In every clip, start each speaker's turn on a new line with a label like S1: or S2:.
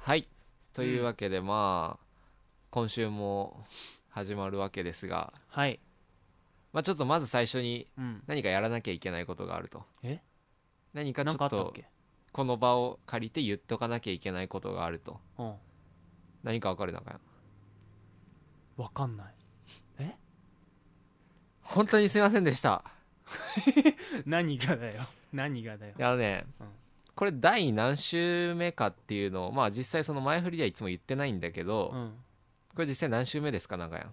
S1: はいというわけでまあ、今週も始まるわけですが、
S2: はい、
S1: まあ、ちょっとまず最初に
S2: うん、
S1: 何かやらなきゃいけないことがあると
S2: え
S1: 何かち
S2: な
S1: ょ
S2: ん
S1: っ
S2: かあったっ
S1: と
S2: け
S1: この場を借りて言っとかなきゃいけないことがあると
S2: うん
S1: 何かわかるなんか
S2: わかんない
S1: 本当にすいませんでした
S2: 何がだよ 何がだよ
S1: いやあのね、
S2: うん
S1: これ第何週目かっていうのをまあ実際その前振りではいつも言ってないんだけど、
S2: うん
S1: これ実際何週目ですかなんかや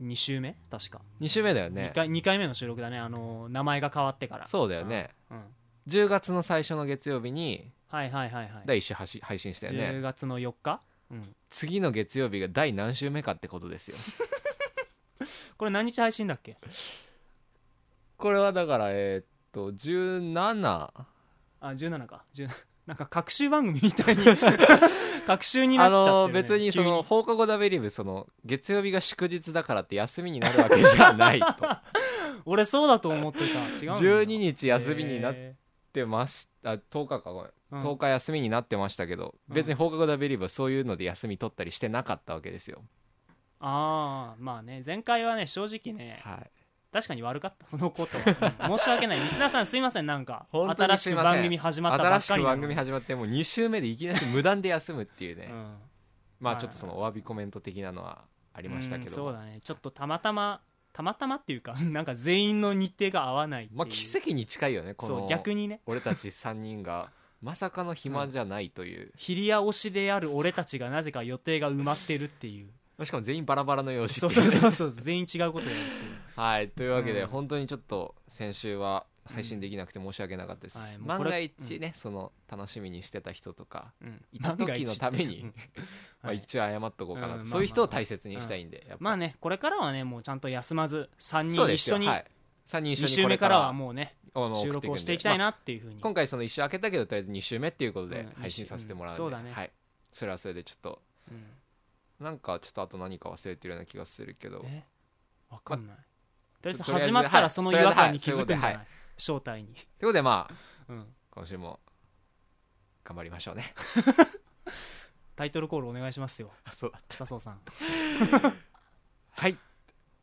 S1: ん
S2: 2週目確か、
S1: 2週目だよ
S2: 二
S1: ね
S2: 回2回目の収録だねあのー名前が変わってから
S1: そうだよね、
S2: うん、
S1: 10月の最初の月曜日に
S2: はいはいはいはい
S1: 第1週はし配信したよ
S2: 10
S1: ね
S2: 月の4日、うん、
S1: 次の月曜日が第何週目かってことですよ
S2: これ何日配信だっけ
S1: これはだからえーっと17
S2: あ17か17なんか隔週番組みたいに 隔週にな
S1: あ
S2: っちゃ
S1: の
S2: ってる、ね、
S1: 別にその
S2: 急
S1: 放課後ダベリブその月曜日が祝日だからって休みになるわけじゃ ないと
S2: 俺そうだと思ってた違うの
S1: 12日休みになっ
S2: へ
S1: てましたあ10日かごめん
S2: ーうん
S1: 10日休みになってましたけど、
S2: うん
S1: 別に放課後ダベリブはそういうので休み取ったりしてなかったわけですよ、
S2: ああまあね前回はね正直ね
S1: はい、
S2: 確かに悪かった そのことは、 うん申し訳ないリスナーさんすいませんなんか
S1: 本当に
S2: 新
S1: す
S2: し
S1: い
S2: く
S1: ません
S2: 番組始まったば
S1: 新
S2: っ
S1: し
S2: か
S1: く
S2: りな
S1: 番
S2: の
S1: 組
S2: に
S1: 始まってもう2週目でいきなり無断で休むっていうね、
S2: うん
S1: まあ
S2: はい
S1: ちょっとそのお詫びコメント的なのはありましたけ
S2: うん
S1: ど、
S2: そうだねちょっとたまたまたまたまっていうか なんか全員の日程が合わないっていう
S1: まあ奇跡に近いよねこ
S2: そ
S1: の
S2: う逆にね
S1: 俺たち3人 がまさかの暇じゃないという、
S2: ヒリア推しである俺たちがなぜか予定が埋まってるっ ていう
S1: しかも全員バラバラの用紙って
S2: そ
S1: いうう
S2: そうそうそう全員違うことやるっていう
S1: はいというわけで、
S2: うん
S1: 本当にちょっと先週は配信できなくて申し訳なかったです、
S2: うんはいもうこ
S1: 万
S2: れ
S1: が一ね、その楽しみにしてた人とか、
S2: うん
S1: いた時のために
S2: 万が一って
S1: ま
S2: は
S1: あ、
S2: い
S1: 一応謝っとこうかなと、
S2: うん
S1: そういう人を大切にしたいんで、やっぱ
S2: まあねこれからはねもうちゃんと休まず3
S1: そう
S2: 人
S1: で
S2: 一
S1: す
S2: 緒
S1: よ
S2: に
S1: はい、3人一緒
S2: 2
S1: に
S2: 週
S1: こ
S2: 目
S1: れか
S2: か
S1: らら
S2: はもうね
S1: あの
S2: 収
S1: 送って
S2: 録
S1: くん
S2: を
S1: で
S2: していきたい
S1: まあ
S2: なっていうふうに
S1: 今回その1週明けたけどとりあえず2週目っていうこと
S2: う
S1: で
S2: ん
S1: 配信させてもらうんで、
S2: うんそうだね
S1: はい、それはそれでちょっと
S2: うん
S1: なんかちょっとあと何か忘れてるような気がするけど
S2: えわかんない、とりあえず
S1: とりあえず
S2: 始まった
S1: は
S2: ら
S1: い
S2: その違和感に
S1: と
S2: 気
S1: りあえず
S2: づく
S1: は
S2: ん
S1: い
S2: じゃない、
S1: そういうことでは
S2: 正体に、
S1: ということでまあ
S2: うん、
S1: 今週も頑張りましょうね
S2: タイトルコールお願いしま すよ
S1: あ そうだった
S2: 笹生さん
S1: はい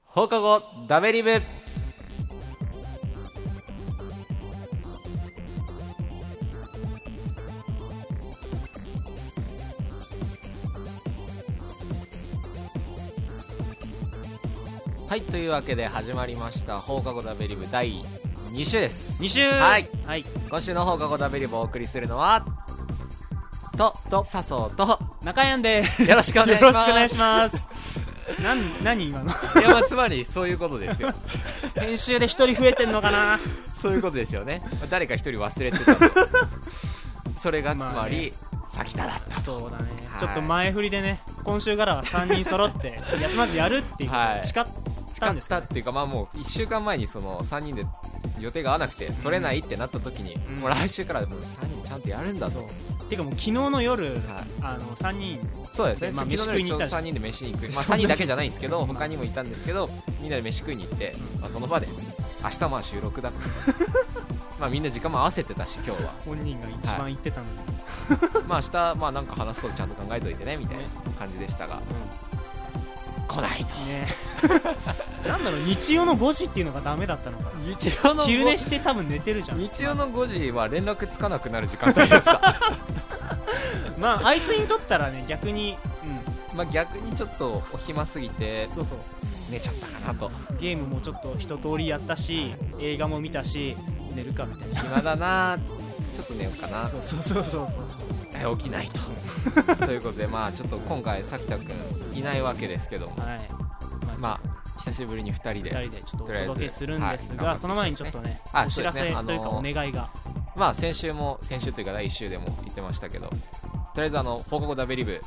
S1: 放課後ダベリブはいというわけで始まりました放課後ダベリブ第2週です
S2: 2週
S1: はい、
S2: はい、
S1: 今週の放課後ダベリブをお送りするのはとと笹生と
S2: 中山です
S1: よろしくお願いします
S2: よろくお願いしますなん何今 の
S1: いやまあつまりそういうことです よ
S2: 編集で一人増えてんのかな
S1: そういうことですよね誰か一人忘れてた のそれがつまり、先田だった
S2: そうだね、
S1: はい
S2: ちょっと前振りでね今週からは3人揃って休まずやるっていうことを誓ったんですけ
S1: 誓った
S2: ど、
S1: っていうかまあもう1週間前にその3人で予定が合わなくて取れないってなった時に、
S2: うん
S1: もう来週からもう3人ちゃんとやるんだと、
S2: そうていうかもう昨日の夜、
S1: はい
S2: あの3人
S1: そうですね、
S2: まあ
S1: 昨日の
S2: 飯食いに
S1: 夜
S2: 行ったじゃ
S1: 3
S2: ん
S1: 人で飯に行く、まあ、
S2: そんな
S1: 3
S2: に
S1: 人だけじゃないんですけど
S2: まあ
S1: 他にもいたんですけどみんなで飯食いに行って、まあ、その場で明日まあ収録だから まあみんな時間も合わせてたし今日 は
S2: 本人が一番言ってたのに、
S1: まあ明日まあなんか話すことちゃんと考えといてねみたいな感じでしたが来ないと
S2: ね なんだろう日曜の5時っていうのがダメだったのか
S1: 日曜の
S2: 昼寝して多分寝てるじゃん
S1: 日曜の5時は連絡つかなくなる時間帯ですか
S2: まああいつにとったらね逆に、
S1: まあ逆にちょっとお暇すぎて
S2: そうそう
S1: 寝ちゃったかなと
S2: ゲームもちょっと一通りやったし映画も見たし寝るかみたいな
S1: 暇だなちょっと寝ようかな
S2: そうそうそうそうそう
S1: え起きない とということでまあちょっと今回さきたくんいないわけですけども
S2: はいまあ
S1: まあ久しぶりに2人で
S2: 2人でちょっとお
S1: とりあえず
S2: 届けするんですが、
S1: はい
S2: その前にちょっとね
S1: あ
S2: お知ら
S1: そう
S2: せ
S1: ですねあのー
S2: というかお願いが、
S1: まあ先週も先週というか第1週でも言ってましたけどとりあえずあの放課後ダベリブ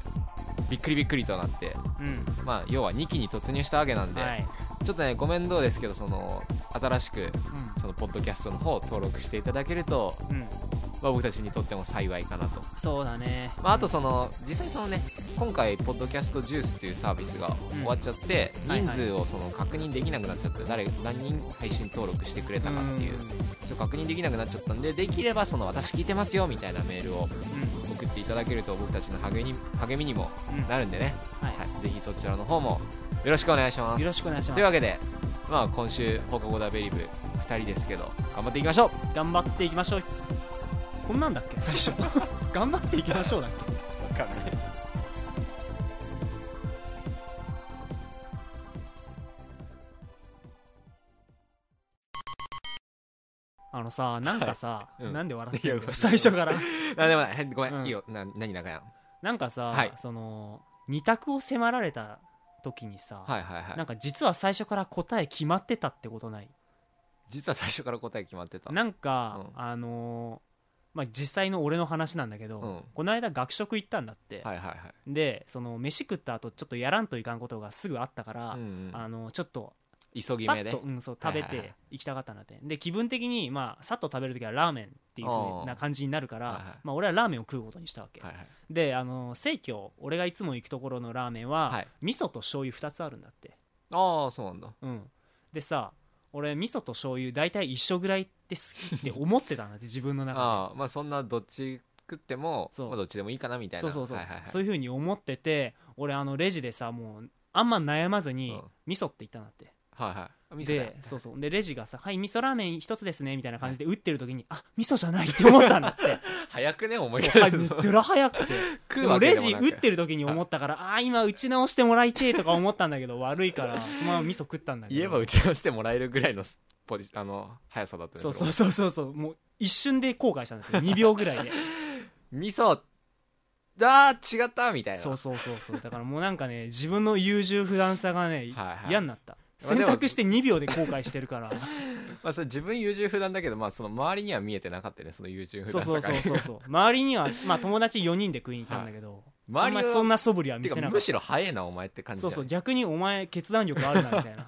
S1: びっくりびっくりとなって
S2: うん
S1: まあ要は2期に突入したわけなんで、
S2: はい、
S1: ちょっとねご面倒ですけどその新しく
S2: う
S1: そのポッドキャストの方を登録していただけると、
S2: んうん、
S1: まあ、僕たちにとっても幸いかなと、
S2: そうだね、
S1: まあ、あとその実際そのね今回ポッドキャストジュースっていうサービスが終わっちゃって、
S2: うんはい
S1: 人
S2: はい
S1: 数をその確認できなくなっちゃって誰何人配信登録してくれたかっていう、
S2: うん
S1: ちょっと確認できなくなっちゃったんでできればその私聞いてますよみたいなメールを
S2: う
S1: 送送っていただけると僕たちの励み励みにもなるんでね、
S2: は
S1: はいい、ぜひそちらの方もよろしくお願いします
S2: よろしくお願いします
S1: というわけで、まあ、今週放課後ダベリブ2人ですけど頑張っていきましょう
S2: 頑張っていきましょうこんなんだっけ最初 頑張っていきましょうだっけあのさなんかさ、
S1: はいうん
S2: なんで笑ってんの
S1: いや
S2: 最初から
S1: あでもないごめん、
S2: うん
S1: いいよな何仲やん
S2: なんかさ、
S1: はい
S2: その二択を迫られた時にさ、
S1: はいはいは
S2: ないんか実は最初から答え決まってたってことない
S1: 実は最初から答え決まってた
S2: なんか、
S1: う
S2: あのーまあ実際の俺の話なんだけど、
S1: うん
S2: この間学食行ったんだって、
S1: はいはいはい
S2: でその飯食った後ちょっとやらんといかんことがすぐあったから、
S1: うんうん
S2: あのちょっと
S1: 急ぎ
S2: パ
S1: 目
S2: ッ
S1: で
S2: と、うん、そう食べ
S1: はいはいは
S2: て
S1: い
S2: 行きたかったなって、で気分的に、まあ、さっと食べる時はラーメンっていう風な感じになるから、
S1: はいはい
S2: まあ、俺はラーメンを食うことにしたわけ、
S1: はいはい
S2: であの生協俺がいつも行くところのラーメンは、
S1: はい
S2: 味噌と醤油2つあるんだって
S1: ああそうなんだ
S2: うんでさ俺味噌と醤油大体一緒ぐらいって好きって思って たんだって自分の中
S1: ああまあそんなどっち食っても
S2: そう
S1: まあ、どっちでもいいかなみた
S2: で
S1: いな
S2: そうそうそう、
S1: はいはいはい
S2: そういう風に思ってて俺あのレジでさもうあんま悩まずに、
S1: うん
S2: 味噌って言ったんだって
S1: はいはい味噌だよ
S2: でそうそうでレジがさ「はい味噌ラーメン一つですね」みたいな感じで打ってる時に「あ味噌じゃない」って思ったん だって
S1: 早くね思い
S2: そう
S1: 返
S2: はい
S1: すの
S2: ぬっら早くて
S1: 食
S2: で
S1: う
S2: も
S1: わけ
S2: レ
S1: でも
S2: ジ
S1: なく
S2: 打ってる時に思ったからああー今打ち直してもらいてえとか思ったんだけど悪いからそのまま味噌食ったんだけど
S1: 言えば打ち直してもらえるぐらいのスポジあの速さだったでし
S2: そ
S1: ょ
S2: うそうそうそうそうもう一瞬で後悔したんだけど2秒ぐらいで
S1: 味噌だー違ったみたいな
S2: そうそうそうそうだからもうなんかね自分の優柔不断さがね
S1: はいはい
S2: 嫌になった
S1: まあ
S2: 選
S1: でも
S2: 択して2秒で後悔して るから
S1: まあ、それ自分優柔不断だけど、まあ、その周りには見えてなかったよねその優柔不
S2: そう
S1: 断さ
S2: そ
S1: が
S2: うそうそううそう周りにはまあ友達4人で食いに行ったんだけど、あん
S1: 周
S2: ま
S1: り
S2: り
S1: は
S2: そんな素振りは見
S1: て
S2: せ
S1: か
S2: なか
S1: む
S2: った
S1: しろ早いなお前って感じじ
S2: そ
S1: ゃ
S2: うんそう逆にお前決断力あるなみたいな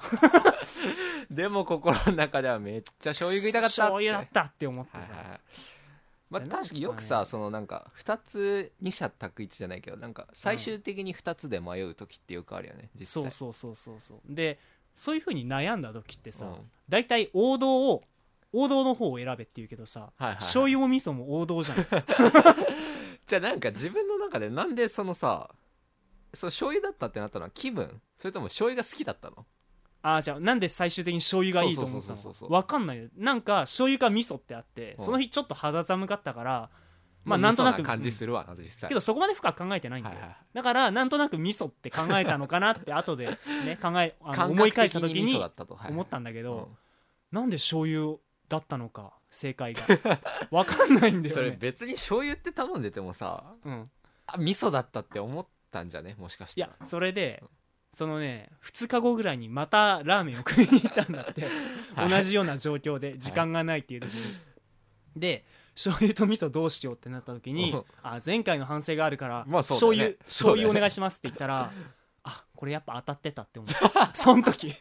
S1: でも心の中ではめっちゃ 醤油食いたかったって
S2: 醤油だったって思って
S1: はいはい
S2: さ
S1: はいまあ、
S2: なんか
S1: 確かによく
S2: ね
S1: さそのなんか2つ二者択一じゃないけどなんか最終的に2つで迷う時ってよくあるよね実際
S2: そうそうそうそうそうでそういうふうに悩んだ時ってさ
S1: うん
S2: 大体王道を王道の方を選べって言うけどさ
S1: はいはいはい
S2: 醤油も味噌も王道 じゃん
S1: じゃあなんか自分の中でなんでそのさそう醤油だったってなったのは気分それとも醤油が好きだったの
S2: ああじゃあなんで最終的に醤油がいいと思った
S1: そうそうそうそうそ
S2: の
S1: う
S2: わかんないよなんか醤油か味噌ってあって
S1: うん
S2: その日ちょっと肌寒かったからま
S1: ま
S2: あ
S1: あなん
S2: な
S1: ん
S2: と
S1: と
S2: な
S1: な
S2: く
S1: く感じするわな実際
S2: けどそこまで深く考えてないんだよ、
S1: はいはいはい
S2: だからなんとなく味噌って考えたのかなって後でね考えあの
S1: 感
S2: 思い
S1: 覚
S2: 返
S1: 的
S2: した時
S1: に味噌
S2: に
S1: だったと、はい
S2: 思ったんだけど、
S1: うん
S2: なんで醤油だったのか正 解がわかんないんだ
S1: そ
S2: よ
S1: れ
S2: ね、
S1: 別に醤油って頼んでてもさ
S2: うん、
S1: あ味噌だったって思ったんじゃねもしかし
S2: い
S1: たら
S2: やそれでそのね2日後ぐらいにまたラーメンを食いに行ったんだって
S1: はい
S2: 同じような状況で時間がないっていう時に、で醤油と味噌どうしようってなった時に
S1: うん
S2: あ前回の反省があるから、
S1: まあそうだ
S2: 醤
S1: よね
S2: 油
S1: そ
S2: 醤
S1: うだよね
S2: 油お願いしますって言っ たらあこれやっぱ当たってたって思ったその時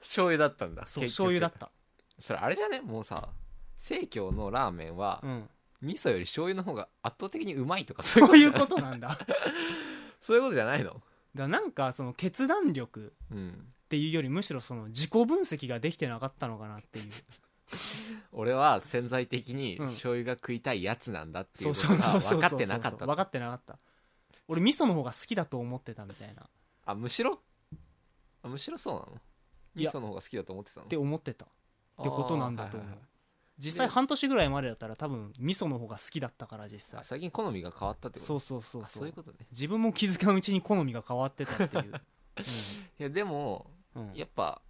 S1: 醤油だったんだ
S2: そう
S1: 結局
S2: 醤油だった
S1: それあれじゃねもうさ生協のラーメンは
S2: うん
S1: 味噌より醤油の方が圧倒的にうまいとかそういう
S2: そ
S1: こ
S2: う
S1: と
S2: い
S1: じゃ
S2: う
S1: ない
S2: ことなんだだか
S1: そういうことじゃないの
S2: らなんかその決断力
S1: うん
S2: っていうよりむしろその自己分析ができてなかったのかなっていう
S1: 俺は潜在的に
S2: うん
S1: 醤油が食いたいやつなんだってい
S2: そうう
S1: こと
S2: そうそ
S1: が
S2: うそ
S1: 分
S2: う
S1: かってなかった
S2: 分かってなかった俺味噌の方が好きだと思ってたみたいなっ
S1: あむしろあむしろそうなの
S2: いや
S1: 味噌の方が好きだと思ってたの
S2: て思ってたってことなんだと
S1: あーはい
S2: 思
S1: は
S2: う
S1: いはい
S2: 実際
S1: で
S2: 半年ぐらいまでだったら多分味噌の方が好きだったから実
S1: あ
S2: 際
S1: 最近好みが変わったってこと
S2: そうそうそう
S1: あ
S2: そう
S1: いうことね
S2: 自分も気づかんうちに好みが変わってたっ ていう
S1: いやでも
S2: うんうん
S1: やっぱ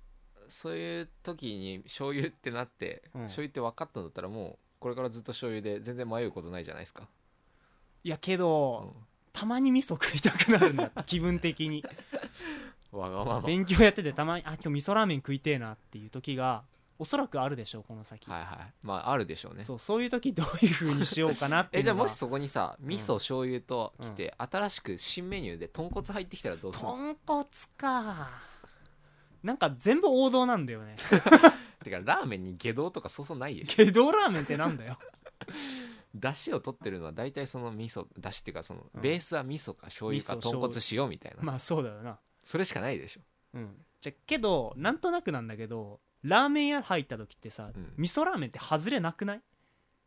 S1: そういう時に醤油ってなって、
S2: うん
S1: 醤油って分かったんだったらもうこれからずっと醤油で全然迷うことないじゃないですか、
S2: いやけ
S1: う
S2: ど
S1: ん
S2: たまに味噌食いたくなるんだ気分的に
S1: わが まま
S2: 勉強やっててたまにあ今日味噌ラーメン食いてえなっていう時がおそらくあるでしょうこの先
S1: はいはいまああるでしょうね
S2: そうそういう時どういう風にしようかなって
S1: え
S2: いう
S1: じゃあ
S2: のが
S1: もしそこにさ味噌醤油と来て、新しく新メニューで豚骨入ってきたらどうするの
S2: 豚骨かなんか全部王道なんだよね
S1: てかラーメンに下道とかそうそうないよ
S2: けどラーメンってなんだよ
S1: だしを取ってるのは大体その味噌だしっていうかその
S2: うん
S1: ベースは味噌か醤油か
S2: 味噌
S1: 豚骨塩みたいな、
S2: まあそうだよな
S1: それしかないでしょ
S2: うんじゃけどなんとなくなんだけどラーメン屋入った時ってさ、
S1: うん
S2: 味噌ラーメンって外れなくない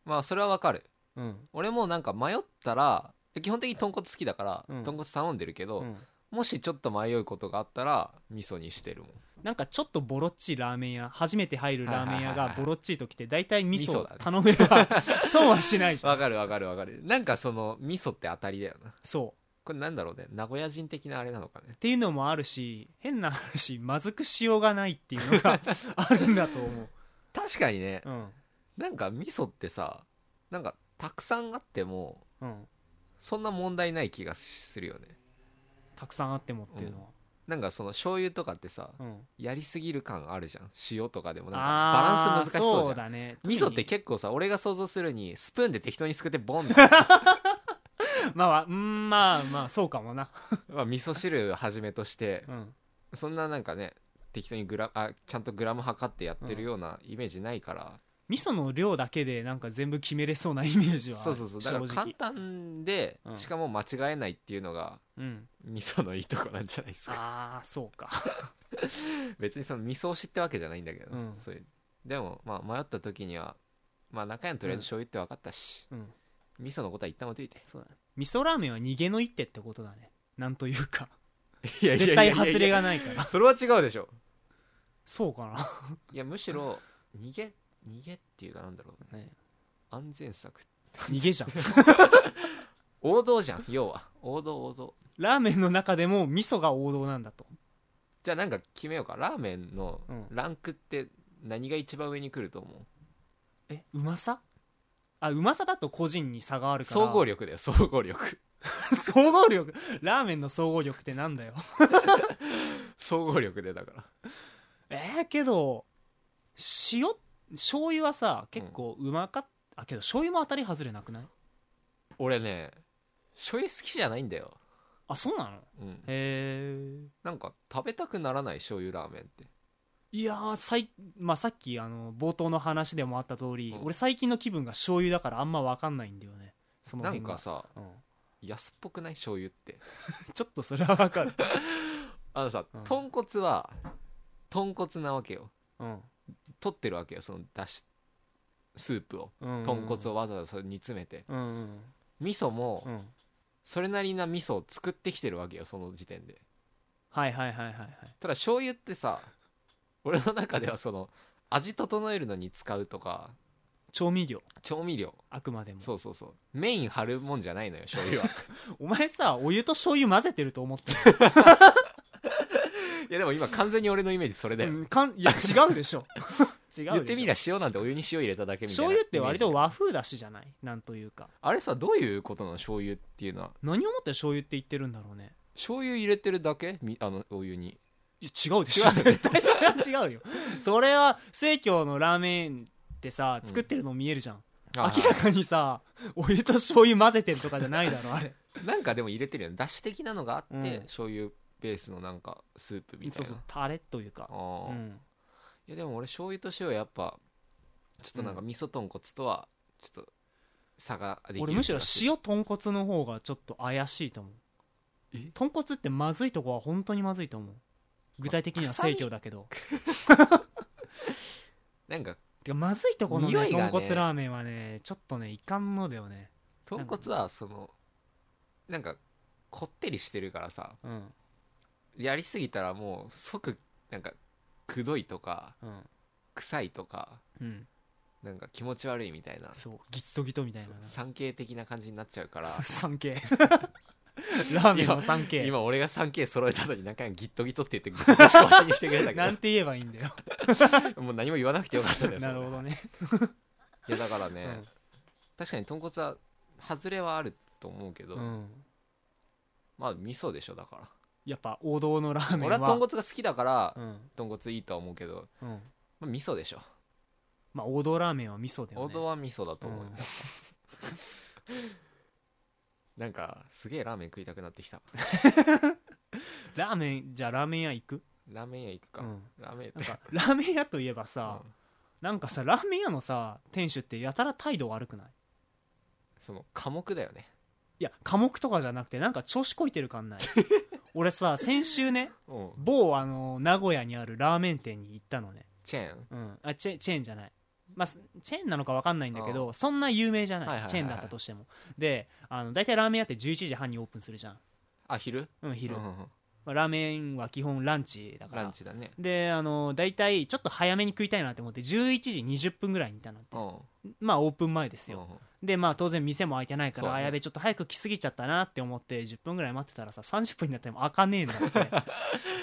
S1: まあそれはわかる
S2: うん
S1: 俺もなんか迷ったら基本的に豚骨好きだから、
S2: うん
S1: 豚骨頼んでるけど、
S2: うん
S1: もしちょっと迷うことがあったら味噌にしてるもん
S2: なんかちょっとボロっちいラーメン屋初めて入るラーメ
S1: はい
S2: ン屋
S1: はいはい
S2: が
S1: はい
S2: ボロっちいときて大体味
S1: 味
S2: 噌
S1: 噌だね
S2: 頼めば 損はしないじゃん
S1: わかるわかるわかるなんかその味噌って当たりだよな
S2: そう
S1: これなんだろうね名古屋人的なあれなのかね
S2: っていうのもあるし変な話まずくしようがないっていうのがあるんだと思う
S1: 確かにね
S2: うん
S1: なんか味噌ってさなんかたくさんあっても
S2: うん
S1: そんな問題ない気がするよね
S2: たくさんあってもっていうのは、
S1: なんかその醤油とかってさ
S2: うん
S1: やりすぎる感あるじゃん塩とかでもなんか
S2: あー
S1: バランス難しそうじゃん
S2: だね
S1: 味噌って
S2: 特
S1: 結構さ俺が想像するにスプーンで適当にすくってボンだ
S2: にまあうんまあまあそうかもな
S1: まあ味噌汁はじめとして
S2: うん
S1: そんななんかね適当にグラあちゃんとグラム測ってやってるようなイメージないから、
S2: 味噌の量だけでなんか全部決めれそうなイメージはあ
S1: そう
S2: る
S1: そうそうだから
S2: 正
S1: 簡
S2: 直
S1: 単で、
S2: うん
S1: しかも間違えないっていうのが
S2: うん
S1: 味噌のいいとこなんじゃないですか
S2: ああそうか
S1: 別にその味噌を知ってわけじゃないんだけど、
S2: うん
S1: そういうでもまあ迷った時にはまあ中山とりあえず醤油って分かったし、
S2: うん
S1: 味噌のことは一旦置いといて
S2: そうだね味噌ラーメンは逃げの一手ってことだねなんというか
S1: いや
S2: 絶対外れがないから
S1: それは違うでしょ
S2: そうか
S1: いやむしろ逃げ逃げっていうかなんだろう
S2: な、ね、
S1: 安全策
S2: 逃げじゃん
S1: 王道じゃん要は王道王道
S2: ラーメンの中でも味噌が王道なんだと
S1: じゃあなんか決めようかラーメンの
S2: うん
S1: ランクって何が一番上に来ると思う、
S2: えうまさあうまさだと個人に差があるから
S1: 総合力だよ総合力
S2: 力 総合力ラーメンの総合力ってなんだよ
S1: 総合力でだから
S2: えー、けど塩醤油はさ結構うまかっあけど醤油も当たり外れなくない
S1: 俺ね醤油好きじゃないんだよ、
S2: あそうなの
S1: うん、
S2: へえ
S1: なんか食べたくならない醤油ラーメンって
S2: いやーさい、まあ、さっきあの冒頭の話でもあった通り、
S1: うん
S2: 俺最近の気分が醤油だからあんま分かんないんだよねその
S1: な
S2: 辺
S1: ん
S2: が
S1: かさ
S2: うん、
S1: 安っぽくない醤油って
S2: ちょっとそれは分 かる、
S1: あのさ、
S2: うん
S1: 豚骨は豚骨なわけよ
S2: うん
S1: 取ってるわけよそのだしスープを
S2: うん、
S1: 豚骨をわざわざそれ煮詰めて、
S2: うんうん
S1: 味噌も
S2: うん
S1: それなりな味噌を作ってきてるわけよその時点で
S2: はいはいはいはいはい
S1: ただ醤油ってさ俺の中ではその味整えるのに使うとか
S2: 調味料
S1: 調味料
S2: あくまでも
S1: そうそうそうメイン張るもんじゃないのよ醤 油は
S2: お前さお湯と醤油混ぜてると思って
S1: いやでも今完全に俺のイメージそれだよ、
S2: うんかんいや違うでし ょ違うでしょ
S1: 言ってみりゃ塩なんてお湯に塩入れただけみたいな
S2: 醤油って割と
S1: イメージ
S2: 和風だしじゃないなんというか
S1: あれさどういうことなの醤油っていうのは
S2: 何をもって醤油って言ってるんだろうね
S1: 醤油入れてるだけみあのお湯に
S2: いや違うでしょ
S1: 違う
S2: 絶対それは違うよ それは生協のラーメンってさ作ってるの見えるじゃん、明らかにさお湯と醤油混ぜてるとかじゃないだろあれ
S1: なんかでも入れてるよねだし的なのがあって、
S2: うん
S1: 醤油ベースのなんかスープ みたいな
S2: そうそうタレというか
S1: あー
S2: うん
S1: いやでも俺醤油と塩はやっぱちょっとなんか味噌豚骨とはちょっと差ができる
S2: 俺むしろ
S1: 気が
S2: 塩豚骨の方がちょっと怪しいと思う
S1: え
S2: 豚骨ってまずいとこは本当にまずいと思う具体的には
S1: 臭い
S2: 生協だけど
S1: するなんか
S2: てかまずいとこの、ね
S1: 匂いがね
S2: 豚骨ラーメンはねちょっとねいかんのだよね
S1: 豚骨はそのなんかこってりしてるからさ
S2: うん
S1: やりすぎたらもう即なんかくどいとか
S2: うん
S1: 臭いとか
S2: うん
S1: なんか気持ち悪いみたいな
S2: そうギットギトみたいなな
S1: 産経的な感じになっちゃうから
S2: 産経 ラーメンの産経
S1: 今俺が 3K 揃えたのに何回もギットギトって言ってぐっこしこしにしてくれた
S2: なん
S1: け
S2: て言えばいいんだよ
S1: ど もう何も言わなくてよかったです
S2: なるほどね
S1: いやだからね、
S2: うん
S1: 確かに豚骨は外れはあると思うけど、
S2: うん
S1: まあ味噌でしょだか
S2: やっぱ王道のラー
S1: ら
S2: メン
S1: 俺
S2: は
S1: は豚骨が好きだから、
S2: うん
S1: 豚骨いいとは思うけど、
S2: うん
S1: まあ、味噌でしょ
S2: まあ王道ラーメンは味噌だよね
S1: 王道は味噌だと思うよ、
S2: うん
S1: なんかすげえラーメン食いたくなってきた
S2: ラーメンじゃあラーメン屋行く
S1: ラーメン屋行くか、
S2: うん
S1: ラーメン屋
S2: なんかラーメン屋といえばさ、
S1: うん
S2: なんかさラーメン屋のさ店主ってやたら態度悪くない
S1: その寡黙だよね
S2: いや寡黙とかじゃなくてなんか調子こいてる 感ない俺さ先週ね
S1: うん
S2: 某あの名古屋にあるラーメン店に行ったのね、
S1: チェーン
S2: うん、あチェチェーンじゃない、まあ、すチェーンなのか分かんないんだけどそんな有名じゃない,、
S1: はいはいはいはい
S2: チェーンだったとしてもであの大体ラーメン屋って11時半にオープンするじゃん、
S1: あ昼
S2: うん、昼、
S1: うん
S2: ま
S1: うんうん
S2: あ、ラーメンは基本ランチだか
S1: ラン
S2: ら
S1: チだね
S2: であの大体ちょっと早めに食いたいなって思って11時20分ぐらいにいたのって
S1: うん
S2: まあオープン前です
S1: う
S2: よ、
S1: んうん
S2: でまあ当然店も開いてないから、
S1: そう
S2: あ
S1: ね
S2: やべちょっと早く来すぎちゃったなって思って10分ぐらい待ってたらさ30分になっても開かねえ なって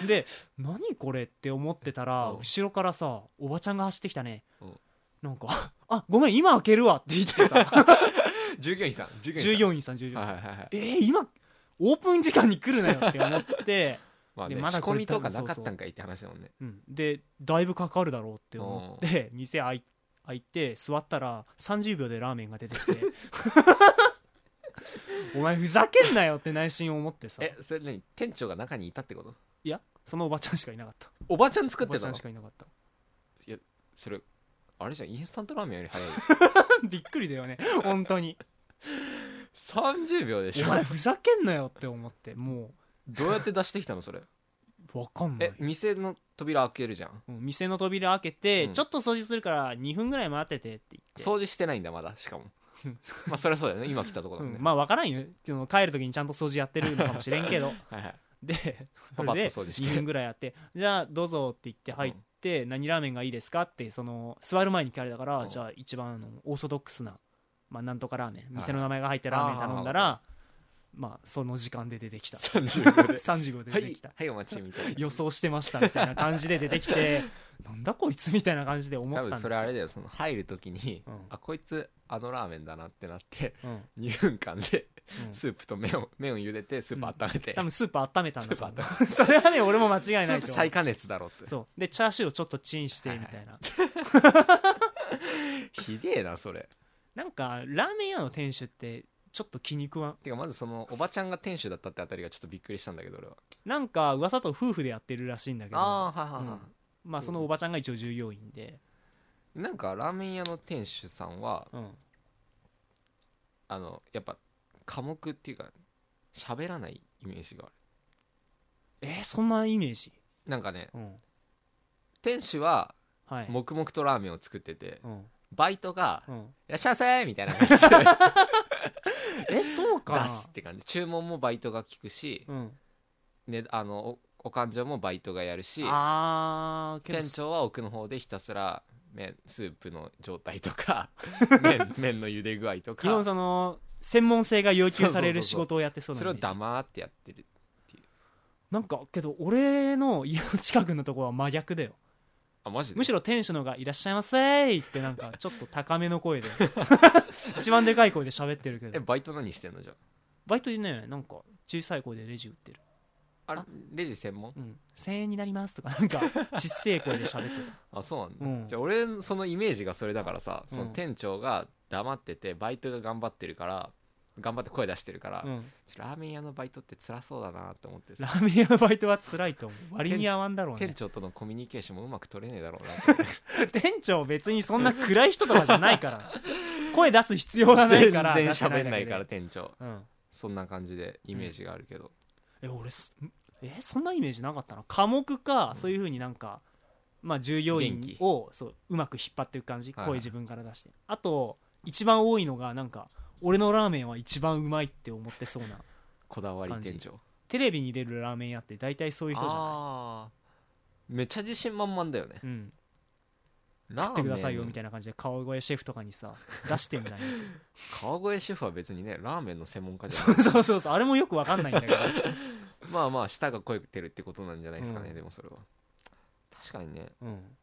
S2: で何これって思ってたら、
S1: うん
S2: 後ろからさおばちゃんが走ってきたね、
S1: うん
S2: なんか「あごめん今開けるわ」って言っ てさ
S1: 従業員さん従
S2: 従業員さん従業員
S1: はいは
S2: さん、
S1: いはいはい
S2: えー、今オープン時間に来るなよって思って、
S1: まあね
S2: でまだ
S1: 仕
S2: こ
S1: 込
S2: れ
S1: みとかなかったんかいって話だもんね
S2: うん、でだいぶかかるだろうって思って店開い開いて座ったら30秒でラーメンが出てきて お前ふざけんなよって内心思ってさ
S1: えそれ何店長が中にいたってこと
S2: いやそのおばちゃんしかいなかった
S1: おばちゃん作
S2: お
S1: っ
S2: ば
S1: て
S2: ちゃ
S1: た
S2: ん
S1: の
S2: しかいなかった
S1: それあれじゃんインスタントラーメンより早い
S2: びっくりだよ ね本当に
S1: 30秒でし
S2: お
S1: ょ
S2: 前ふざけんなよって思っても
S1: どうやって出してきたのそれ
S2: うわかんない
S1: え店の扉開けるじゃん
S2: うん店の扉開けて、
S1: うん
S2: ちょっと掃除するから2分ぐらい待っててって言って
S1: 掃除してないんだまだし かもまあそりゃそうだよね今来たとこだもんね、
S2: うんまあ分からんよその帰る時にちゃんと掃除やってるのかもしれんけど
S1: はいはい
S2: でそ
S1: パパ
S2: れ
S1: ッと掃
S2: で
S1: 除して
S2: 2分ぐらいやって「じゃあどうぞ」って言って入って「何ラーメンがいいですか?」ってその座る前に聞かれたから、
S1: うん
S2: じゃあ一番あのオーソドックスな、まあ、なんとかラーメン
S1: はい
S2: 店の名前が入ってラーメン頼んだ
S1: あ
S2: らまあその時間で出てきた
S1: 30秒で
S2: 30秒 で
S1: は
S2: 出て
S1: い
S2: きた、
S1: はいお待ちみたいな
S2: 予想してましたみたいな感じで出てき てなんだこいつみたいな感じで思った
S1: 多
S2: ん
S1: 分
S2: です
S1: そ
S2: よ
S1: れあれだよその入る時に、
S2: うん
S1: あこいつあのラーメンだなってなって
S2: うんうん
S1: 2分間でスープと麺を麺を茹でてスープ温めて、
S2: 多分スープ温めたんだと思
S1: ス
S2: うそれはね俺も間
S1: ス
S2: 違いな
S1: ー
S2: いと
S1: プ
S2: 思う
S1: 再加熱だろって
S2: そうでチャーシューをちょっとチンしてみたいな
S1: ひでえなそれ
S2: なんかラーメン屋の店主ってちょっと気に食わん
S1: てかまずそのおばちゃんが店主だったってあたりがちょっとびっくりしたんだけど俺は
S2: なんか噂と夫婦でやってるらしいんだけど
S1: ああはいはいは
S2: まあそのおばちゃんが一応従業員で、
S1: いなんかラーメン屋の店主さんは
S2: うん、
S1: あのやっぱ寡黙っていうか喋らないイメージがあ
S2: えーそんなイメージ、
S1: るなんかね
S2: うん、
S1: 店主は
S2: はい、
S1: 黙々とラーメンを作ってて
S2: うん
S1: バイトが「
S2: うん、
S1: いらっしゃいませ!」みたいな感じで
S2: えそうかな
S1: 出すって感じ注文もバイトが聞くし、
S2: うん、
S1: ね、あのおお勘定もバイトがやるし
S2: あーけど
S1: 店長は奥の方でひたすら麺スープの状態と か麺麺の茹で具合と
S2: 基本
S1: か
S2: その専門性が要求される
S1: そうそうそうそ
S2: 仕
S1: う
S2: 事をやってそうな
S1: そ
S2: イ
S1: れ
S2: メ
S1: を
S2: ージ
S1: 黙ってやってる
S2: なんかけど俺の家の近くのとこは真逆 だよ
S1: あマジで
S2: むしろ店主の方が「いらっしゃいませ」ってなんかちょっと高めの声 で一番でかい声で喋ってるけ
S1: え
S2: ど
S1: バイト何してんのじゃ
S2: バイトでねなんか小さい声でレジ売ってる
S1: ああれレジ専門
S2: うん、1000円になりますとかなん かちっせえ声で喋って
S1: あそうなんだ、
S2: うん
S1: じゃあ俺そのイメージがそれだからさ
S2: うん
S1: その店長が黙っててバイトが頑張ってるから頑張って声出してるから、
S2: た、うん、
S1: ちょラーメン屋のバイトって辛そうだなと思ってさ
S2: ラーメン屋のバイトは辛いと思う割に合わんだろう
S1: 店
S2: ね
S1: 長とのコミュニケーションもうまく取れねえだろうなと思って
S2: 店長別にそんな暗い人とかじゃないから 声出す必要がないから
S1: 全然
S2: 出して
S1: 喋んな
S2: だけ
S1: い
S2: で
S1: から店長
S2: うん、
S1: そんな感じでイメージがあるけど、
S2: え俺すんえそんなイメージなかったな科目か、そういうふうになんかまあ従業員
S1: 元気
S2: をそううまく引っ張っていく感じ
S1: はいはい
S2: 声自分から出して、あと一番多いのがなんか俺のラーメンは一番うまいって思ってそうな
S1: こだわり
S2: 感じ
S1: 店長
S2: テレビに出るラーメン屋って大体そういう人じゃない
S1: あーめっちゃ自信満々だよね
S2: うん、
S1: ラ
S2: 食ってくださいよみ
S1: い
S2: たいな感じで川越シェフとかにさ出してんじゃん
S1: な川越シェフは別にねラーメンの専門家じゃ
S2: そうそうそうそうあれもよくわかんないんだけ ど
S1: ないまあまあ舌が肥えてるってことなんじゃないですかね、
S2: うん
S1: でもそれは確かにね
S2: うん、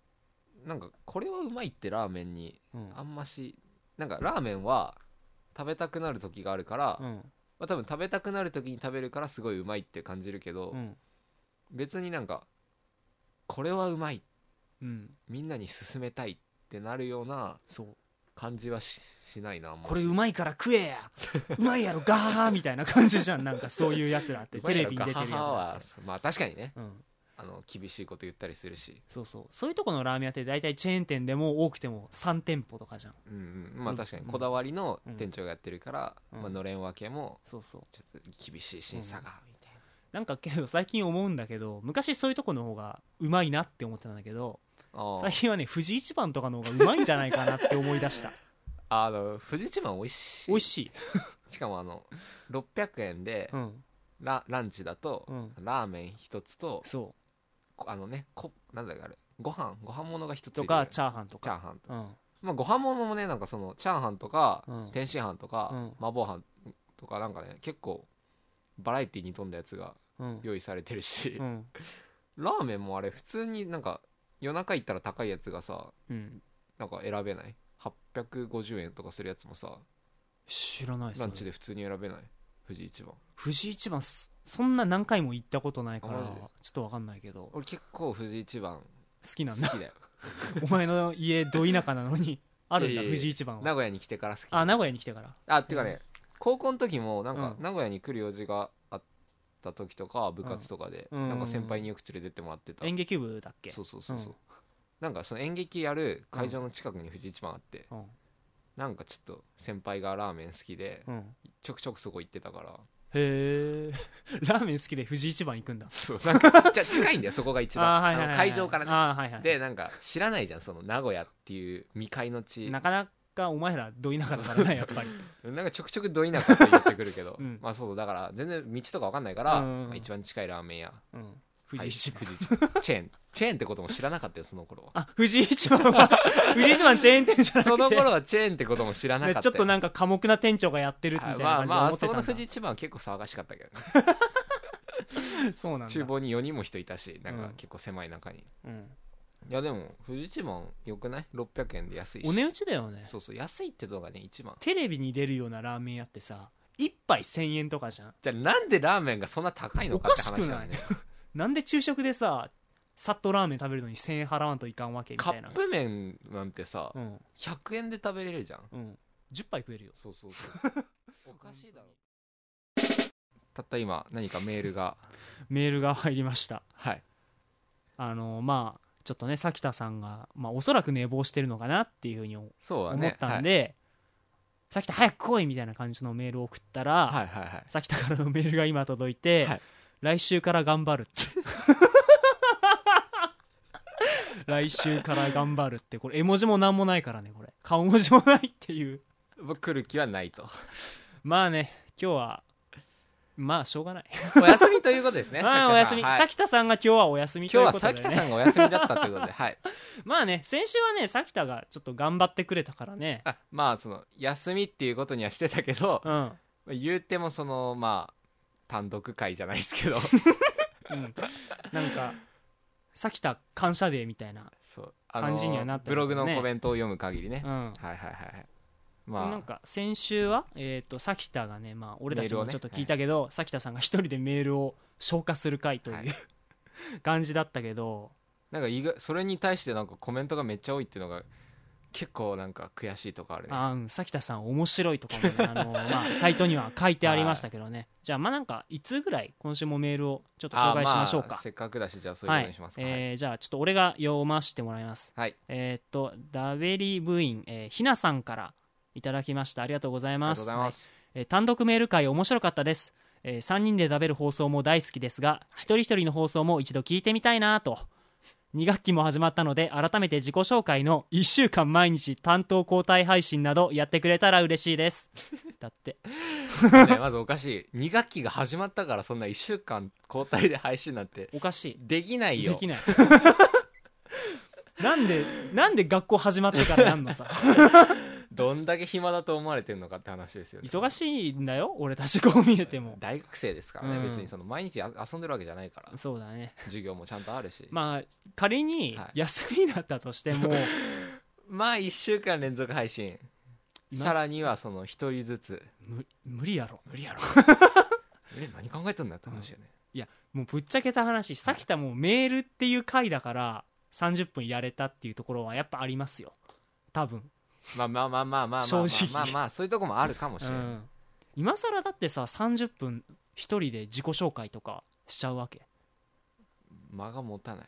S1: なんかこれはうまいってラーメンに
S2: うん
S1: あんましなんかラーメンは食べたくなる時があるから、
S2: うん
S1: まあ、多分食べたくなる時に食べるからすごいうまいって感じるけど、
S2: うん
S1: 別になんかこれはうまい
S2: うん
S1: みんなに勧めたいってなるような
S2: そう
S1: 感じはししないなあんまし
S2: これうまいから食えやうまいやろガハハみたいな感じじゃんなんかそう いうやつらってテレビに出てるやつ
S1: 母
S2: ら
S1: は
S2: って、
S1: まあ確かにね
S2: うん、
S1: あの厳しいこと言ったりするし
S2: そうそうそういうとこのラーメン屋って大体チェーン店でも多くても3店舗とかじゃん
S1: うんうんまあ
S2: うん
S1: 確かに
S2: うん
S1: こだわりの店長がやってるから、
S2: うん
S1: まあのれん分けも
S2: そうそう
S1: ちょっと厳しい審査がみたい
S2: なんかけど最近思うんだけど昔そういうとこの方がうまいなって思ってたんだけど
S1: あ
S2: 最近はね富士一番とかの方がうまいんじゃないかなって思い出した
S1: あの富士一番美味しい
S2: 美味しい
S1: しかもあの600円で
S2: うん
S1: ラランチだと、
S2: う
S1: ラーメン一つと
S2: そ
S1: こあのねこなんだっけあれご飯ご飯物が一
S2: う
S1: つ
S2: とか
S1: チ
S2: チャーハンと
S1: ャ
S2: か
S1: ーハンと、
S2: うん
S1: まあ、ご飯物もねなんかそのチャーハンとか、
S2: うん
S1: 天津飯とか、
S2: うん
S1: 麻婆飯とかなんかね結構バラエティに富んだやつが
S2: うん
S1: 用意されてるし
S2: う、ん
S1: ラーメンもあれ普通になんか夜中行ったら高いやつがさ
S2: うん
S1: なんか選べない850円とかするやつもさ
S2: 知らない
S1: ラン
S2: です
S1: チで普通に選べない富士一番
S2: 富士一番すそんな何回も行ったことないから
S1: あ
S2: ち
S1: マジで
S2: ょっとわかんないけど好
S1: 俺結構富士一番
S2: きなん
S1: 好
S2: だ
S1: きだよ
S2: お前の家ど田舎なの にあるん
S1: いや
S2: だ
S1: いや
S2: 富士一番
S1: 名
S2: は
S1: 古屋に来てから好き
S2: あ名古屋に来てから
S1: あっていうかね高校の時もなんか
S2: うん
S1: 名古屋に来る用事があった時とか部活とかで
S2: うん
S1: なんか先輩によく連れてってもらってた
S2: 演劇部だっけ
S1: そうそうそうそう、
S2: うん
S1: なんかその演劇やる会場の近くに富士一番あって、
S2: うん
S1: なんかちょっと先輩がラーメン好きで、
S2: うん
S1: ちょくちょくそこ行ってたから
S2: へえラーメン 好きで富士一番行くんだ
S1: そうなんかじゃあ近いんだよそこが一番
S2: あーはいはい
S1: あ
S2: は
S1: の
S2: い
S1: 会場からね、
S2: あーはいはい
S1: でなんか知らないじゃんその名古屋っていう未開の地な
S2: なかなかお前らど田舎だからなやっぱり
S1: んかちょくちょくどいなかって言ってくるけど、
S2: うん
S1: まあそうそうだから全然道とか分かんないから、
S2: うんうんうん
S1: まあ一番近いラーメン屋
S2: うん富士一番
S1: はい富士一番チェー ンチェーンってことも知らなかったよその頃は
S2: あ富士一 番は富士一番チェーン店じゃなくて
S1: その頃はチェーンってことも知らなか
S2: ね
S1: ったよ
S2: ちょっとなんか寡黙な店長がやってるみたいな
S1: まあ
S2: 感じで
S1: まあ
S2: 思
S1: あ
S2: ってた
S1: そ
S2: ん
S1: こ
S2: だ
S1: の富士一番は結構騒がしかったけどね
S2: そうなんだ
S1: 厨房に4人も人いたしなん
S2: う
S1: か
S2: ん
S1: 結構狭い中に、
S2: うん
S1: いやでも富士一番よくない600円で安いし
S2: お値打ちだよね
S1: そうそう安いってのがね一番
S2: テレビに出るようなラーメン屋ってさ一杯1000円とかじゃん
S1: じゃあなんでラーメンがそんな高いのかって話だよ
S2: お
S1: ね
S2: かなんで昼食でささっとラーメン食べるのに1000円払わんといかんわけみ
S1: カ
S2: たい
S1: ッ
S2: な
S1: プ麺なんてさ
S2: うん
S1: 100円で食べれるじゃん
S2: うん10杯食えるよ
S1: そうそうそう おかしいだろたった今何かメール が
S2: メールが入りました
S1: はい
S2: あのまあちょっとね咲田さんが、まあ、おそらく寝坊してるのかなっていうふうに思
S1: そうだね
S2: ったんで「咲、田早く来い!」みたいな感じのメールを送ったら、
S1: はい、はいはい はい
S2: さきたからのメールが今届いて、
S1: はい
S2: 来週から頑張るって 来週から頑張るってこれ絵文字も何もないからねこれ顔文字もないっていう
S1: 僕来る気はないと
S2: まあね今日はまあしょうがない、
S1: お休みということです ね
S2: まあお休み
S1: さきたさんはい
S2: さきたさんが今日はお休みと
S1: 今
S2: い
S1: 日は
S2: うこと
S1: さ
S2: で
S1: き
S2: ね
S1: たさんがお休みだったということではい
S2: まあね先週はねさきたがちょっと頑張ってくれたからね
S1: あまあその休みっていうことにはしてたけど
S2: うん、うん、
S1: 言うてもそのまあ単独会じゃないです けど
S2: なんかさきた感謝デーみたいな、
S1: そうあ
S2: 感じにはなってる
S1: ブ
S2: けど
S1: ロ
S2: ね
S1: グのコメントを読む限りね、
S2: うん、
S1: はいはいはいはい
S2: なん
S1: まあ
S2: か先週は、えー、とサキタがね、まあ、俺たち
S1: メール
S2: も
S1: をね
S2: ちょっと聞いたけど、サキタさんが一人でメールを消化する回という、
S1: はい
S2: 感じだったけど
S1: なんか意外それに対してなんかコメントがめっちゃ多いっていうのが結構なんか悔しいとかあるね
S2: あーうんサキタさん面白いとかもね、 あのーまあ、サイトには書いてありましたけどね、じゃあまあなんかいつぐらい今週もメールをちょっと紹介しましょう
S1: あま
S2: か
S1: あ、せっかくだしじゃあそういう
S2: は
S1: ことに
S2: い
S1: しますか、はい
S2: えーじゃあちょっと俺が読ませてもらいます
S1: はい
S2: えっ、とダベリ部員、えーひなさんからいただきましたありがとうござい
S1: ありが
S2: ま
S1: とうご
S2: す
S1: ざいます、
S2: えー単独メール会面白かったです、え3人で食べる放送も大好きですが一人一人の放送も一度聞いてみたいなと2学期も始まったので改めて自己紹介の1週間毎日担当交代配信などやってくれたら嬉しいです だって
S1: ねまずおかしい2学期が始まったからそんな1週間交代で配信なんて
S2: おかし
S1: できない
S2: い
S1: よ
S2: できない なんでなんで学校始まってからやんの さ
S1: どんだけ暇だと思われてるのかって話ですよね
S2: 忙しいんだよ俺たちこう見えても
S1: 大学生ですからね、
S2: うん
S1: 別にその毎日あ遊んでるわけじゃないから
S2: そうだね
S1: 授業もちゃんとあるしま
S2: まあ仮に
S1: はい
S2: 休みだったとして も、
S1: あ1週間連続配信
S2: います
S1: さらにはその1人ずつ
S2: 無無理やろ
S1: 無理やろえ何考えとんだって話よね、
S2: もうぶっちゃけた話さきたもうメールっていう回だから30分やれたっていうところはやっぱありますよ多分、
S1: まあまあまあまあまあまあまあ
S2: 正直
S1: まあまあそういうとこもあるかもし
S2: う
S1: れない、
S2: ん、今更だってさ30分一人で自己紹介とかしちゃうわけ
S1: 間が持たない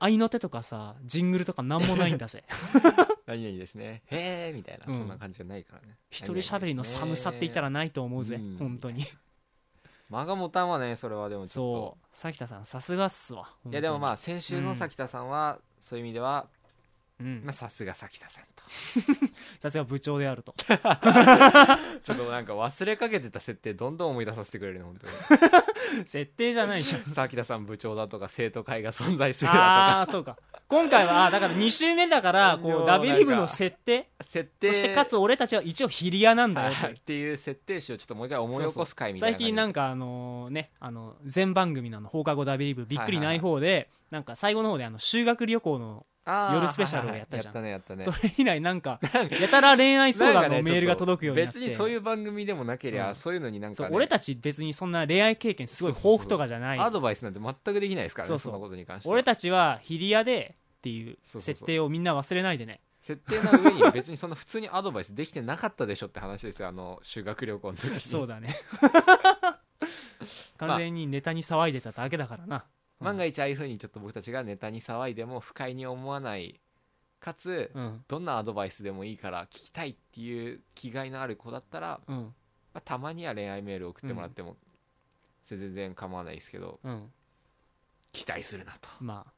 S2: 合いの手とかさジングルとかなんもない んだぜ
S1: 何々ですねへえみたいな、
S2: うん
S1: そんな感じじゃないからね
S2: 一人喋りの寒さって言ったらないと思うぜ、
S1: うん
S2: 本当に
S1: 間が持たんわねそれはでもちょっと
S2: そう咲田さんさすがっすわ
S1: いやでもま
S2: あ
S1: あ先週の咲田さんはそういう意味では
S2: うん
S1: まあさすが咲田さんと
S2: さすが部長で あると
S1: ちょっとなんか忘れかけてた設定どんどん思い出させてくれるの本当に
S2: 設定じゃない じゃん
S1: 咲田さん部長だとか生徒会が存在するだとか
S2: ああそうか今回はあだから2週目だからこ
S1: も
S2: う
S1: う
S2: ダビリブの設定
S1: 設定
S2: そしてかつ俺たちは一応ヒリアなんだよ
S1: はいっていう設定集をちょっともう一回思い起こす回みたいな
S2: 最近なん
S1: か
S2: かあのねあの全番組のあの放課後ダビリブびっくりない方で、なんか最後の方であの修学旅行の、夜スペシャルをやったじ
S1: やっ
S2: ゃん
S1: たねやったね
S2: それ以来なんかやたら恋愛
S1: な
S2: 相
S1: ん
S2: 談
S1: かね
S2: のメールが届くようになっ
S1: ち
S2: て
S1: ょっと別にそういう番組でもなけりゃ、
S2: うん
S1: そういうのになんか
S2: そ
S1: ね、
S2: う俺たち別にそんな恋愛経験すごい豊富とかじゃない
S1: アドバイスなんて全くできないですからね
S2: そ
S1: そう
S2: そうん
S1: なことに関しては
S2: 俺たちはヒリアでっていう
S1: そうそうそう
S2: 設定をみんな忘れないでね
S1: 設定の上に別にそんな普通にアドバイスできてなかったでしょって話ですよあの修学旅行の時に
S2: そ うだね完全にネタに騒いでただけだからな、
S1: 万が一ああいうふうにちょっと僕たちがネタに騒いでも不快に思わないかつ、
S2: うん
S1: どんなアドバイスでもいいから聞きたいっていう気概のある子だったら、
S2: うん
S1: まあ、たまには恋愛メール送ってもらっても、それ全然構わないですけど
S2: うん
S1: 期待するなと
S2: まあ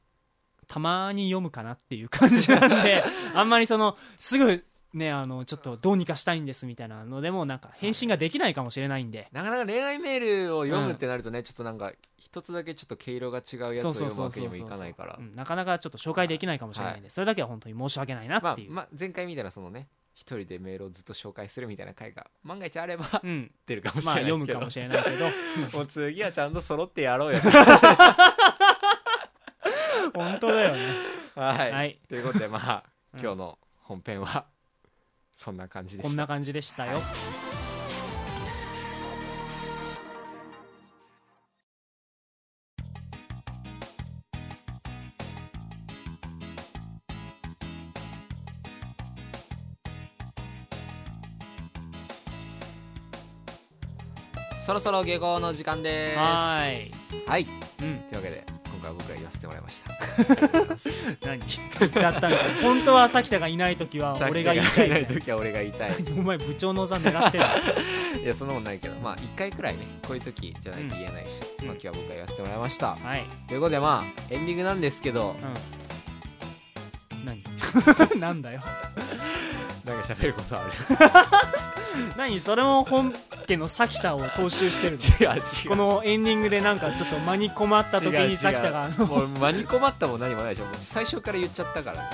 S2: たまに読むかなっていう感じなん であんまりそのすぐねあのちょっとどうにかしたいんですみたいなのでもなんか返信ができないかもしれないんで
S1: なかなか恋愛メールを読むってなるとね、ちょっとなんか一つだけちょっと毛色が違うやつ
S2: そ
S1: を
S2: うそ
S1: 読
S2: う
S1: む
S2: そ
S1: わ
S2: う
S1: け
S2: そう
S1: にもいかないから
S2: うんなかなかちょっと紹介できないかもしれないんで、それだけは本当に申し訳ないな
S1: ま
S2: っ
S1: あ
S2: ていう、
S1: まあ、前回みたいなそのね一人でメールをずっと紹介するみたいな回が万が一あれば
S2: うん
S1: 出るかもし
S2: まあ
S1: れないで
S2: 読
S1: すけ
S2: む
S1: ど、
S2: かもしれないけ ど
S1: もう次はちゃんと揃ってやろうよ
S2: 本当だよね
S1: はい、
S2: はい
S1: ということでまあ
S2: うん
S1: 今日の本編はそんな感じで
S2: こ
S1: し
S2: ん
S1: た
S2: な感じでしたよ、
S1: そろそろ下校の時間です
S2: はー
S1: はい
S2: うん
S1: というわけで今回は僕が言わせてもらいました
S2: 何だったんだ本当は咲田がいない時は 俺が言いたい
S1: ない時は俺が言い たい
S2: お前部長の座狙ってる
S1: いやそんなもんないけどまあ1回くらいねこういう時じゃないと言えないし、
S2: うん
S1: まあ、今日は僕が言わせてもらいました、
S2: はい
S1: ということでまあエンディングなんですけど
S2: うん何 なんだよ
S1: なんか喋ることある
S2: 何それも本家の咲田を踏襲してる の
S1: 違う違う
S2: このエンディングでなんかちょっと間に困った時に咲田があの
S1: もう間に困ったも何もないでしょもう最初から言っちゃったから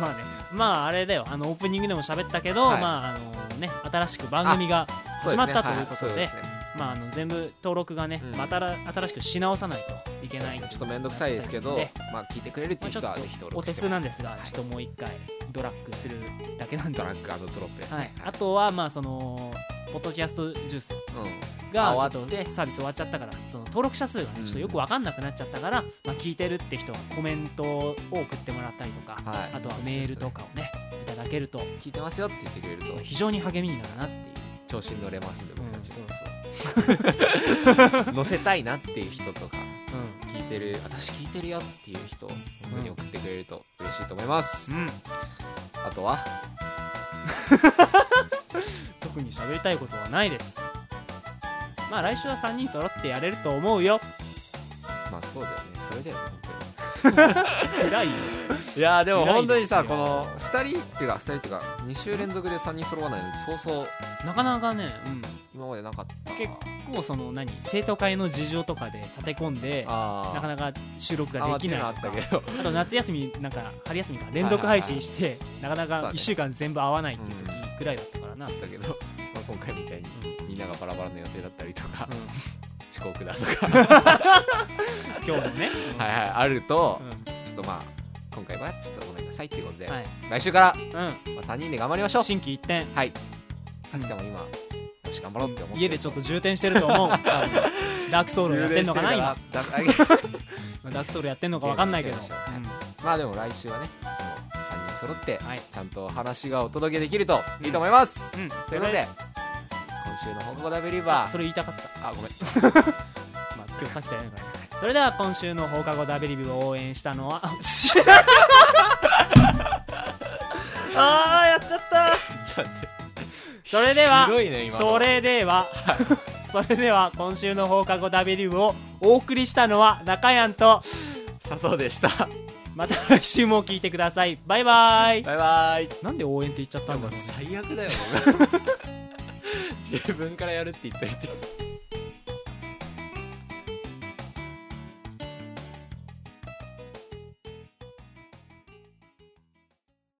S2: まあねまああれだよあのオープニングでも喋ったけど、
S1: はい
S2: まああのね新しく番組が始まったということ
S1: そ
S2: で
S1: うすねは
S2: まああの全部登録がね、
S1: うん
S2: またら新しくし直さないといけない
S1: いちょっと面倒くさいですけど
S2: ね
S1: まあ聞いてくれるっていう人はぜひ登
S2: お
S1: 録
S2: 手
S1: し
S2: 数
S1: ても
S2: な
S1: ら
S2: んですが、ちょっともう一回ドラッグするだけなんで、
S1: ド
S2: は
S1: ラッグアドドロップですね、
S2: い、あとはまあそのポッドキャストジュース
S1: あ
S2: がち
S1: 終
S2: ょ
S1: わ
S2: っ
S1: っ
S2: と
S1: て
S2: サービス終わっちゃったからその登録者数がね
S1: うん
S2: ちょっとよく分かんなくなっちゃったから、まあ、聞いてるって人はコメントを送ってもらったりとか、
S1: はい
S2: あとはメールとかをねいただけると
S1: うん、聞いてますよって言ってくれると
S2: 非常に励みになるなっていう。
S1: 調子に乗れますんで
S2: うん
S1: 僕たち
S2: そう
S1: も、
S2: そ
S1: 乗せたいなっていう人とか
S2: う
S1: 聞いてる私聞いてるよっていう人本当に送ってくれると嬉しいと思います、
S2: うん、うん、
S1: あとは
S2: 特に喋りたいことはないですまあ来週は3人揃ってやれると思うよ
S1: まあそうだよねそれだよね本
S2: 暗いよ
S1: 当にいやーで
S2: も本当にさ
S1: この2人っていうか2人っていうか2週連続で3人揃わないのそうそう
S2: なかなかね、うん、
S1: 今までなかった
S2: 結構その何生徒会の事情とかで立て込んで
S1: あー
S2: なかなか収録
S1: あ
S2: が
S1: まあ
S2: できないと
S1: っ
S2: か
S1: てうのあったけど
S2: あと夏休みなんか春休みか連続配信してなかな
S1: そう
S2: か
S1: だね
S2: 1週間全部合わないっていう
S1: う
S2: 時ぐらいだったからな、
S1: だけど、 まあ、今回みたいに
S2: う
S1: みんながバラバラの予定だったりとか、
S2: ん
S1: 遅刻だとか
S2: 今日もね、うん
S1: はいはいあると、
S2: う
S1: ちょっとまあ今回はちょっとごめんなさいっていうことで、
S2: んはい
S1: 来週から、
S2: う、
S1: まあ、3人で頑張りましょうん
S2: 心機一転
S1: はいさっきでも今よし頑張ろうって思って
S2: 家でちょっと充填してる と思う多分ダークソウルやってんのかな今
S1: 充電してるからだ
S2: ダークソウルやってんのか分かんないけど、
S1: ゲームやって
S2: うん
S1: まあでも来週はねその3人揃って
S2: はい
S1: ちゃんと話がお届けできるといいと思います、
S2: うん
S1: ということで今週の「放課後ダビリバー
S2: そ」れ言いたかった
S1: あ ごめん
S2: まあ、今日さっきとやるからねそれでは今週の放課後ダビリブを応援したのはあーやっちゃった
S1: ちょっと待って
S2: それでは
S1: ひどいね今の
S2: それではさそれでは今週の放課後 W をお送りしたのは中やんと
S1: 笹生でした
S2: また来週も聞いてくださいバイバイ
S1: バイバイ
S2: なんで応援って言っちゃったんだろう
S1: 最悪だよ自分からやるって言っといて